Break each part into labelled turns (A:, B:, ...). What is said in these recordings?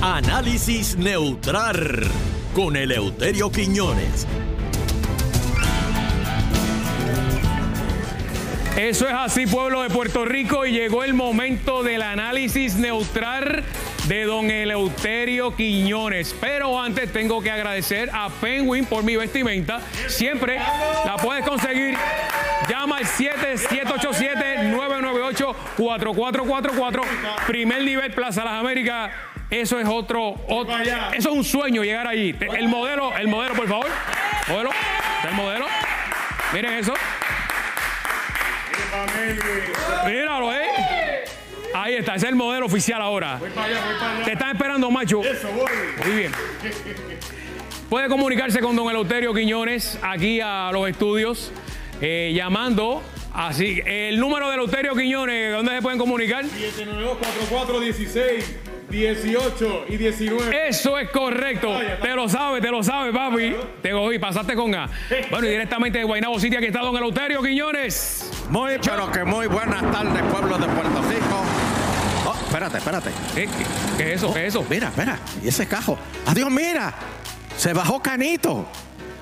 A: Análisis neutral con Eleuterio Quiñones.
B: Eso es así, pueblo de Puerto Rico, y llegó el momento del análisis neutral de don Eleuterio Quiñones. Pero antes tengo que agradecer a Penguin por mi vestimenta. Siempre la puedes conseguir. Llama al 787-998-4444. Primer nivel Plaza Las Américas. Eso es otro, otro- Eso es un sueño llegar allí. Te- El modelo, el modelo, por favor. Modelo, está el modelo. Miren eso. Míralo, ¿eh? Ahí está, ese es el modelo oficial ahora. Te están esperando, macho. Muy bien. Puede comunicarse con don Eleuterio Quiñones aquí a los estudios, eh, llamando. Así, el número de Eleuterio Quiñones, ¿dónde se pueden comunicar?
C: 792-4416, 18 y 19.
B: Eso es correcto. Te lo sabes, te lo sabes, papi. Te cogí, pasaste con A. Bueno, y directamente de Guaynabo City, aquí está don Eleuterio Quiñones.
D: Muy, pero que muy buenas tardes, pueblo de Puerto Rico. Oh, espérate, espérate. Oh,
B: Eh, ¿Qué, qué es eso? ¿Qué es eso?
D: Mira, mira, y ese cajo. Adiós, mira. Se bajó Canito.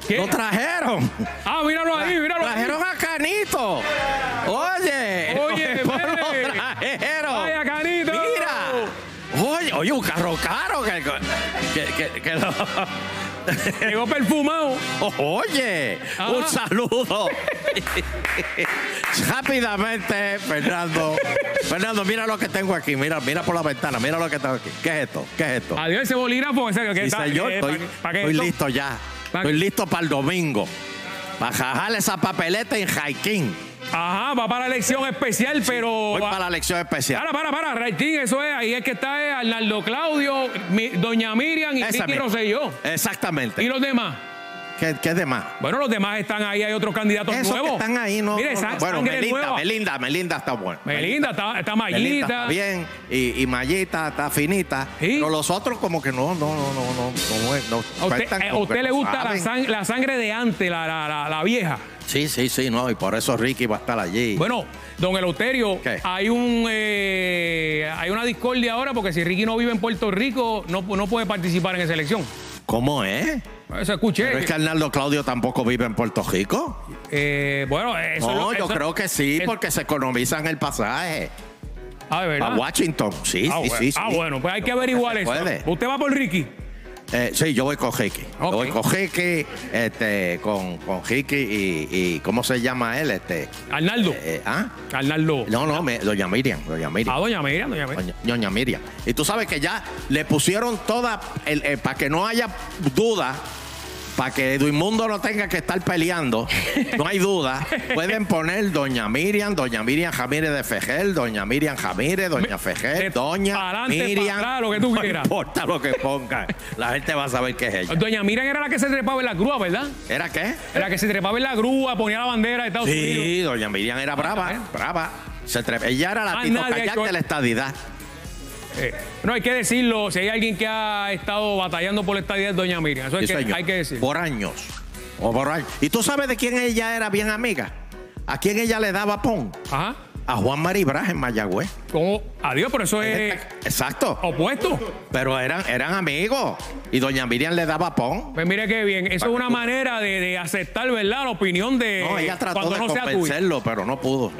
B: ¿Qué?
D: Lo trajeron.
B: Ah, míralo ahí, míralo ahí.
D: Trajeron a Canito. Oye.
B: Oye,
D: lo
B: espere.
D: trajeron.
B: Vaya, Canito.
D: Mira. Oye, oye, un carro caro que, que, que- que lo-
B: Llegó perfumado.
D: Oye,
B: Ah.
D: un saludo. Rápidamente, Fernando. Fernando, mira lo que tengo aquí. Mira, mira por la ventana, mira lo que tengo aquí. ¿Qué es esto? ¿Qué es esto?
B: Adiós ese bolígrafo. Ese, que
D: Sí,
B: Ah, está-
D: señor,
B: eh,
D: estoy,
B: pa- pa' qué
D: estoy
B: esto?
D: listo ya.
B: ¿Pa'
D: Estoy
B: qué?
D: listo para el domingo. Para jajar esa papeleta en Jaiquín.
B: Ajá, va para la elección especial, pero...
D: Voy para la lección especial.
B: Para, para, para, Raitín, eso es. Ahí es que está eh, Arnaldo Claudio, mi- Doña Miriam y
D: Esa
B: Ricky
D: misma.
B: Rosselló. ¿Y
D: Exactamente.
B: los demás?
D: ¿Qué, qué demás?
B: Bueno, los demás están ahí, hay otros candidatos
D: Esos que
B: nuevos.
D: están ahí, ¿no?
B: Mire,
D: no,
B: sa-
D: no. Bueno,
B: sangre
D: Melinda,
B: nueva.
D: Melinda, Melinda está buena.
B: Melinda, está, está
D: Melita está
B: Mayita.
D: bien y, y Mayita está finita.
B: Sí.
D: Pero los otros como que no, no, no, no, no, no, no,
B: A usted,
D: cuentan
B: eh, a
D: con
B: usted
D: que
B: le
D: no
B: gusta la,
D: saben.
B: sang- la sangre de antes, la, la- la- la vieja.
D: Sí, sí, sí, no, y por eso Ricky va a estar allí.
B: Bueno, don Eleuterio,
D: ¿Qué?
B: hay un eh, hay una discordia ahora porque si Ricky no vive en Puerto Rico, no, pu- no puede participar en esa elección.
D: ¿Cómo es?
B: Eso escuché.
D: ¿Pero es que Arnaldo Claudio tampoco vive en Puerto Rico?
B: Eh, bueno, eso es
D: no,
B: lo-
D: yo
B: eso-
D: creo que sí,
B: es-
D: porque se economizan el pasaje
B: Ah, ¿de verdad?
D: a Washington. Sí,
B: Ah,
D: sí,
B: bueno.
D: sí, sí.
B: Ah, bueno, pues hay que averiguar
D: se
B: eso.
D: puede.
B: Usted va por Ricky.
D: Eh, sí, yo voy con Ricky. Yo
B: Ok.
D: voy con Ricky, este, con, con Ricky y, y ¿cómo se llama él? Este,
B: Arnaldo.
D: eh, ¿ah?
B: Arnaldo.
D: No, no, me, doña Miriam, doña Miriam.
B: A doña Miriam, doña Miriam.
D: Doña- Doña Miriam. Y tú sabes que ya le pusieron toda, el, para que no haya duda, para que Edmundo no tenga que estar peleando, no hay duda, pueden poner Doña Miriam, Doña Miriam Jamírez de Fejel, Doña Miriam Jamírez, Doña
B: de-
D: Fejel, Doña
B: eh, pa'lante,
D: Miriam.
B: pa'atrás, lo que tú quieras.
D: No importa lo que pongan, la gente va a saber que es ella.
B: Doña Miriam era la que se trepaba en la grúa, ¿verdad?
D: ¿Era qué?
B: Era la que se trepaba en la grúa, ponía la bandera de Estados Unidos.
D: Sí, Doña Miriam era brava, brava. Se tre- Ella era la
B: Ah,
D: tito
B: nadie ha
D: Kayak
B: hecho-
D: de la estadidad.
B: Eh, no hay que decirlo, si hay alguien que ha estado batallando por esta idea es Doña Miriam. Eso es
D: Sí,
B: que-
D: señor.
B: hay que decir. Oh,
D: Por años. O por años. ¿Y tú sabes de quién ella era bien amiga? ¿A quién ella le daba pon?
B: Ajá.
D: A Juan Maribras en Mayagüez.
B: Ah, ¿Cómo? Adiós, pero eso es
D: Exacto.
B: Oh. opuesto.
D: Pero eran, eran amigos. Y doña Miriam le daba pon.
B: Pues mire qué bien. Eso es una manera de, de aceptar, ¿verdad? La opinión de
D: No, ella trató
B: Eh, cuando
D: de
B: no sea tuya.
D: convencerlo, pero no pudo.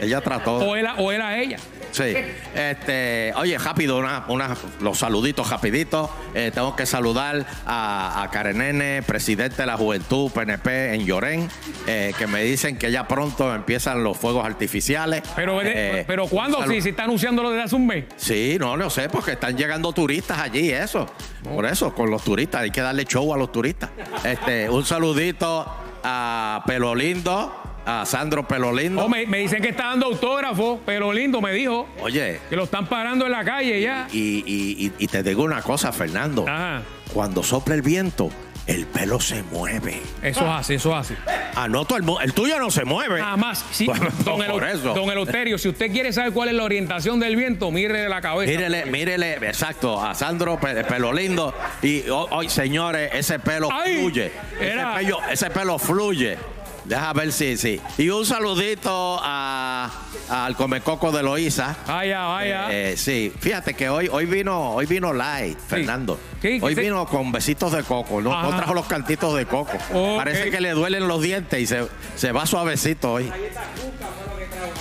D: Ella trató.
B: O era, o era ella.
D: Sí. Este, oye, rápido, una, una- los saluditos rapiditos. Eh, tengo que saludar a, a Karen Nene, presidente de la Juventud PNP en Llorén, eh, que me dicen que ya pronto empiezan los fuegos artificiales.
B: Pero,
D: Eh,
B: pero ¿cuándo?
D: salu-
B: Si se está anunciándolo desde hace un mes.
D: Sí, no lo sé, porque están llegando turistas allí, eso. Por eso, con los turistas, hay que darle show a los turistas. Este, un saludito a Pelo Lindo, a Sandro Pelo Lindo.
B: Oh, me, me dicen que está dando autógrafo, pero lindo, me dijo.
D: Oye,
B: Que lo están parando en la calle ya.
D: y, y- y- y te digo una cosa, Fernando.
B: Ajá.
D: Cuando sopla el viento, el pelo se mueve.
B: Eso es así, eso es así.
D: Ah, no, todo el, mu- el tuyo no se mueve.
B: Jamás. Sí,
D: Bueno,
B: don,
D: por
B: Eleu-
D: eso.
B: don Eleuterio, si usted quiere saber cuál es la orientación del viento, mire la cabeza.
D: Mírele, mírele, exacto, a Sandro Pe- Pelo Lindo. Y ho- hoy, señores, ese pelo
B: Ay,
D: fluye. Ese
B: era-
D: pelo, ese pelo fluye. Deja ver si, sí. Y un saludito a, al Comecoco de Loíza.
B: Vaya, vaya.
D: Eh, sí, fíjate que hoy, hoy vino, hoy vino light, Fernando.
B: Sí,
D: hoy
B: sí.
D: vino con besitos de coco, no, no
B: Ajá.
D: trajo los cantitos de coco.
B: Ok.
D: Parece que le duelen los dientes y se, se va suavecito hoy.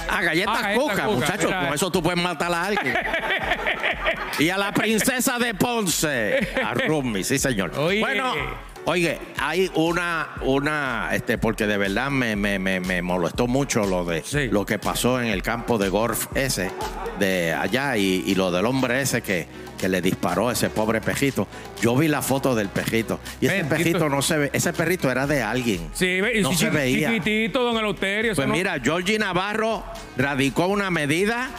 D: Ah, galletas
B: Ah, galletas
D: cuca,
B: cuca,
D: muchachos,
B: mira.
D: con eso tú puedes matar a alguien. y a la princesa de Ponce, a Rumi, sí señor.
B: Oye.
D: Bueno, oye, hay una, una, este, porque de verdad me, me, me, me molestó mucho lo de
B: Sí.
D: lo que pasó en el campo de golf ese de allá y, y lo del hombre ese que, que le disparó a ese pobre pejito. Yo vi la foto del pejito y ese
B: Bendito.
D: pejito no se ve, ese perrito era de alguien.
B: Sí, ve- y
D: no
B: si-
D: se veía.
B: Chiquitito, don Eleuterio. eso
D: Pues
B: no-
D: mira, Georgie Navarro radicó una medida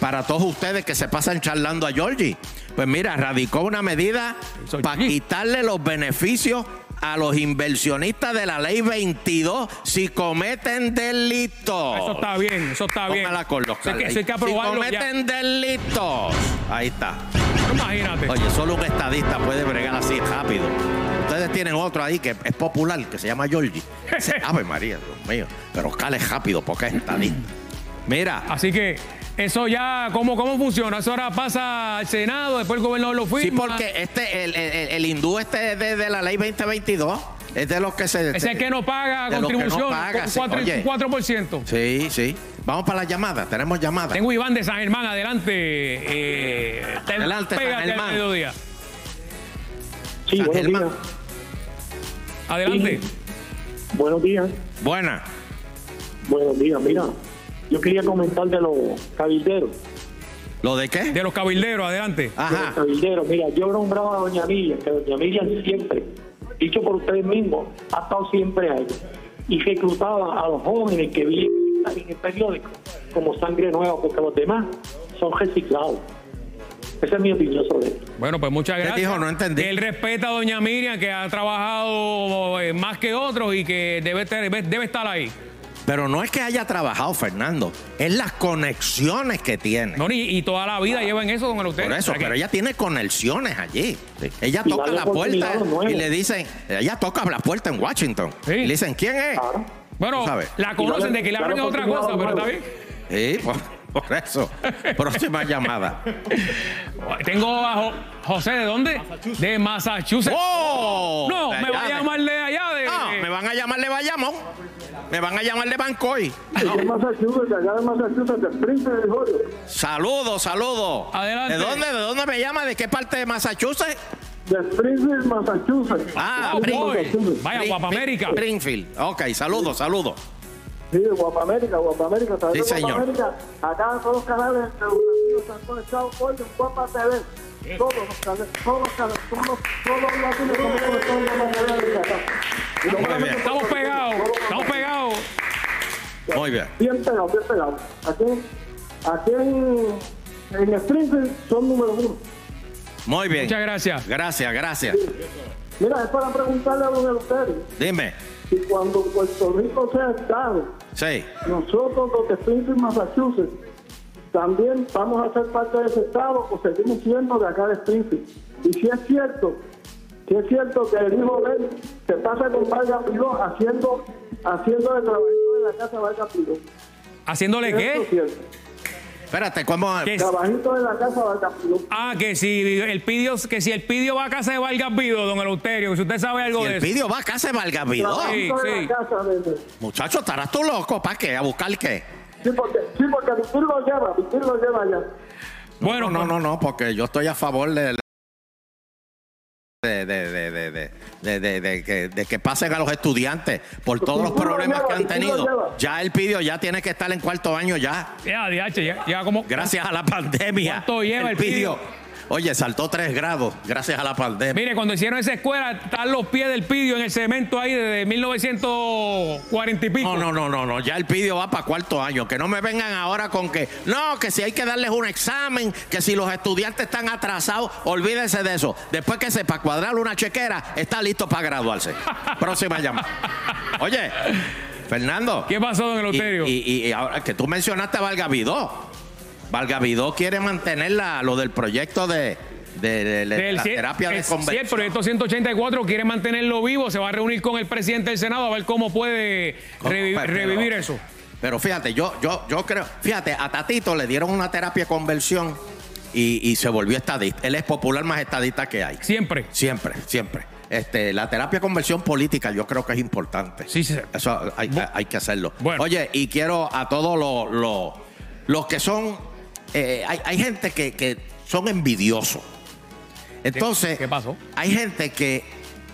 D: para todos ustedes que se pasan charlando a Georgie. Pues mira, radicó una medida
B: Eso,
D: para
B: Georgie.
D: quitarle los beneficios a los inversionistas de la ley 22 si cometen delitos.
B: Eso está bien, eso está bien.
D: Póngala con los
B: Eso hay que,
D: calas.
B: eso hay que
D: Si
B: aprobarlo ya.
D: cometen delitos. Ahí está.
B: Imagínate.
D: Oye, solo un estadista puede bregar así rápido. Ustedes tienen otro ahí que es popular, que se llama Georgie. Ese- Ave María, Dios mío. Pero cale rápido porque es estadista. Mira,
B: Así que eso ya, ¿cómo, ¿cómo funciona? Eso ahora pasa al Senado, después el gobernador lo firma.
D: sí, porque este, el, el- el- el hindú este es de, de la ley 2022 es de los que se.
B: Ese es que no paga
D: de los que no
B: contribución,
D: paga,
B: un
D: sí.
B: cuatro-
D: Oye.
B: un 4%.
D: Sí, sí. Vamos para las llamadas, tenemos llamadas.
B: Tengo a Iván de San Germán, adelante. eh, te
D: Adelante, San
B: pégate al
D: Germán.
B: mediodía.
E: Sí,
D: San
E: buenos
D: Germán.
E: días.
B: Adelante.
E: Buenos días.
D: Buena.
E: Buenos días. Mira, yo quería comentar de los cabilderos.
D: ¿Lo de qué?
B: De los cabilderos, adelante.
E: De los
D: Ajá.
E: cabilderos. Mira, yo nombraba a Doña Miriam, que Doña Miriam siempre, dicho por ustedes mismos, ha estado siempre ahí. Y reclutaba a los jóvenes que vi en el periódico como sangre nueva, porque los demás son reciclados. Esa es mi opinión sobre esto.
B: Bueno, pues muchas gracias.
D: dijo? No entendí.
B: Él respeta a doña Miriam, que ha trabajado eh, más que otros y que debe, ter- debe estar ahí.
D: Pero no es que haya trabajado Fernando, es las conexiones que tiene.
B: No, ni- y toda la vida lleva en eso, don Eleuterio.
D: Por eso,
B: O sea que-
D: pero ella tiene conexiones allí. Ella
E: Y
D: toca
E: dale
D: la puerta
E: oportunidad a los nuevos.
D: y le dicen, ella toca la puerta en Washington.
B: Sí.
D: Y le dicen, ¿quién es?
E: Claro.
B: Bueno,
D: tú sabes.
B: la conocen de que le
E: Dale
B: hablan es otra
E: oportunidad
B: cosa, pero
E: a los
B: está bien.
D: Sí, por, por eso. Próxima llamada.
B: Tengo a Jo- José, ¿de dónde? De Massachusetts.
D: ¡Oh!
B: No,
D: De
B: me
D: allá,
B: va a
D: de-
B: llamar de allá. De,
D: No, me van a llamar de Bayamón. Me van a llamar de Bancoy.
F: Yo en Massachusetts, allá de Massachusetts, de Springfield, de Julio.
D: Saludos, saludos.
B: Adelante.
D: ¿De dónde? ¿De dónde me llama? ¿De qué parte de Massachusetts?
F: De Springfield, Massachusetts.
D: Ah,
B: Oh,
D: Springfield.
B: boy. Vaya,
D: Spring-
B: Guapamérica.
D: Springfield. Ok, saludos, saludos.
F: Sí, de Guapamérica, Guapamérica. ¿sabes
D: Sí,
F: de
D: señor.
F: Guapamérica? Acá todos los canales de Brasil están conectados hoy en Guapa TV. Todos los canales, todos los canales, todos los, todos los latinos estamos conectados en Guapa TV desde acá. Y no solamente
D: bien.
B: Estamos pegados, estamos pegados.
D: Muy bien.
F: Bien pegados, bien pegados. Aquí, aquí en, en Springfield son número uno.
D: Muy bien.
B: Muchas gracias.
D: Gracias, gracias.
F: Mira, es para preguntarle a don Euterio
D: Dime.
F: si cuando Puerto Rico sea estado,
D: Sí.
F: Nosotros, los de Springfield, Massachusetts, también vamos a ser parte de ese estado o seguimos siendo de acá de Springfield. Y si es cierto, si es cierto que el hijo de él se pasa con Vargas Piló haciendo, haciendo de trabajo en la casa Vargas Piló.
B: ¿Haciéndole
F: Eso es
B: qué?
F: cierto.
D: Espérate, ¿cómo?
B: Que-
F: Trabajito de la casa Vargas Piló.
B: Ah, que si el pidio, que si el pidio va a casa de Vargas Vido, don Eleuterio, que si usted sabe algo
D: Si
B: de
D: el
B: eso.
D: vídeo va a casa de Valgavidó.
B: Sí.
F: Trabajito de la casa de de-
D: Muchacho, estarás tú loco, ¿para qué? ¿A buscar qué?
F: Sí, porque, sí, porque Vitir lo lleva, Vitir lo lleva allá.
B: Bueno, pues-
D: no, no, no, porque yo estoy a favor de la- de, de, de, de, de, de, de- de que, de que pasen a los estudiantes por
B: Pues
D: todos los
F: Sí, sí, lo
D: problemas
F: lleva,
D: que han
F: sí, sí, lo
D: tenido.
F: lleva.
D: Ya el pidio ya tiene que estar en cuarto año ya,
B: pues, ya, DH, ya, ya como.
D: gracias a la pandemia.
B: ¿Cuánto lleva el Pidio?
D: Oye, saltó tres grados gracias a la pandemia.
B: Mire, cuando hicieron esa escuela, están los pies del pidio en el cemento ahí desde 1940 y pico.
D: No, no, no, no, no, ya el pidio va para cuarto año. Que no me vengan ahora con que, no, que si hay que darles un examen, que si los estudiantes están atrasados, olvídense de eso. Después que sepa cuadrar una chequera, está listo para graduarse. Próxima llamada. Oye, Fernando.
B: ¿Qué pasó, don
D: Y,
B: Eleuterio?
D: y- y- y ahora que tú mencionaste a Valgavidó. Valgavidó quiere mantener la- lo del proyecto de, de, de- de
B: Del
D: la
B: cien-
D: terapia de
B: es- Sí, el
D: conversión.
B: proyecto 184 quiere mantenerlo vivo, se va a reunir con el presidente del Senado a ver cómo puede
D: Con-
B: revi-
D: pero-
B: revivir eso.
D: Pero fíjate, yo, yo, yo creo, fíjate, a Tatito le dieron una terapia de conversión y, y se volvió estadista. Él es popular más estadista que hay.
B: Siempre.
D: Siempre, siempre. Este, la terapia de conversión política yo creo que es importante.
B: Sí, sí.
D: Eso hay, hay que hacerlo.
B: Bueno.
D: Oye, y quiero a todos los, los, los que son... eh, hay, hay gente que, que son envidiosos. Entonces,
B: qué pasó?
D: hay gente que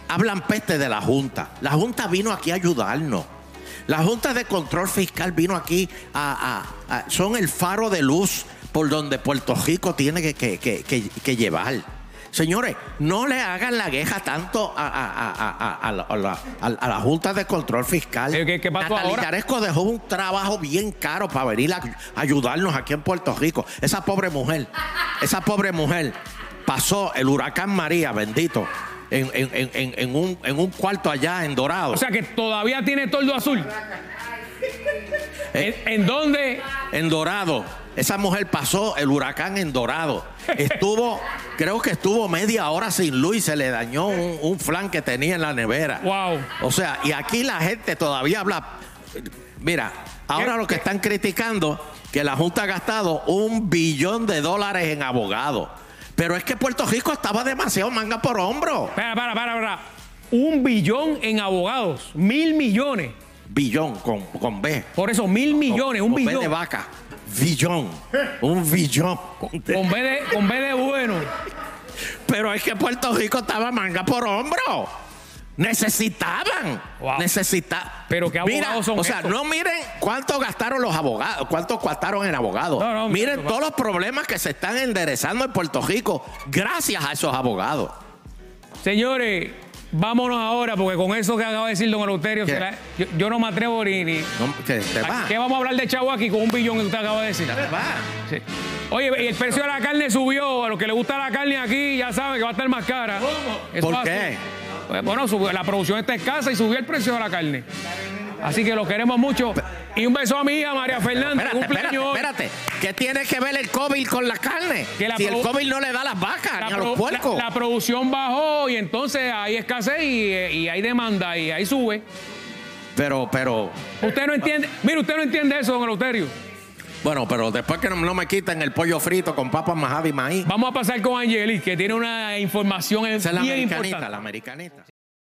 D: hablan peste de la Junta. La Junta vino aquí a ayudarnos. La Junta de Control Fiscal vino aquí a... a- a- son el faro de luz por donde Puerto Rico tiene que, que- que- que- que llevar. Señores, no le hagan la queja tanto a, a- a- a- a- a la, a la- a la Junta de Control Fiscal.
B: Eh, ¿qué- qué pasó
D: Natalie
B: ahora?
D: Yaresco dejó un trabajo bien caro para venir a a ayudarnos aquí en Puerto Rico. Esa pobre mujer, esa pobre mujer pasó el huracán María, bendito, en, en- en- en- en un, en un cuarto allá en Dorado.
B: O sea que todavía tiene toldo azul. ¿En,
D: Eh.
B: en dónde?
D: en Dorado. Esa mujer pasó el huracán en Dorado. Estuvo, creo que estuvo media hora sin luz y se le dañó un, un flan que tenía en la nevera.
B: Wow.
D: O sea, y aquí la gente todavía habla. Mira, ahora
B: ¿Qué?
D: lo que están criticando que la Junta ha gastado un billón de dólares en abogados. Pero es que Puerto Rico estaba demasiado manga por hombro.
B: Para, para, para, para. Un billón en abogados. Mil millones.
D: Billón con, con B.
B: Por eso, mil millones, un
D: con B de
B: billón.
D: vaca. Billón. Un billón.
B: Con B de, con B de bueno.
D: Pero es que Puerto Rico estaba manga por hombro. Necesitaban.
B: Wow.
D: Necesita.
B: Pero ¿qué abogados
D: Mira,
B: son
D: O sea,
B: estos?
D: no miren cuánto gastaron los abogados, cuánto gastaron en abogados.
B: No, no,
D: miren
B: no, no.
D: todos los problemas que se están enderezando en Puerto Rico gracias a esos abogados.
B: Señores, vámonos ahora, porque con eso que acaba de decir don Eleuterio,
D: ¿Qué?
B: se la- yo, yo no me atrevo ni. ni-
D: No, que te va.
B: ¿Qué vamos a hablar de chavo aquí con un billón que usted acaba de decir?
D: Ya te va.
B: Sí. Oye, y el precio de la carne subió. A los que les gusta la carne aquí ya saben que va a estar más cara. Eso
D: ¿Por
B: es
D: qué?
B: así. Eh, Bueno, subió- la producción está escasa y subió el precio de la carne. Así que lo queremos mucho. Y un beso a mi hija María Fernández,
D: Espérate, espérate,
B: cumpleaños. hoy.
D: espérate. ¿Qué tiene que ver el COVID con la carne?
B: Que la
D: si el
B: pro-
D: COVID no le da a las vacas
B: La,
D: ni a
B: pro-
D: los puercos.
B: la- la producción bajó y entonces hay escasez y, eh, y hay demanda y ahí sube.
D: Pero, pero,
B: Usted no entiende, mire, usted no entiende eso, don Eleuterio.
D: bueno, pero después que no, no me quiten el pollo frito con papas majadas y maíz.
B: Vamos a pasar con Angelique, que tiene una información
D: Esa es la
B: bien
D: americanita,
B: importante.
D: la americanita.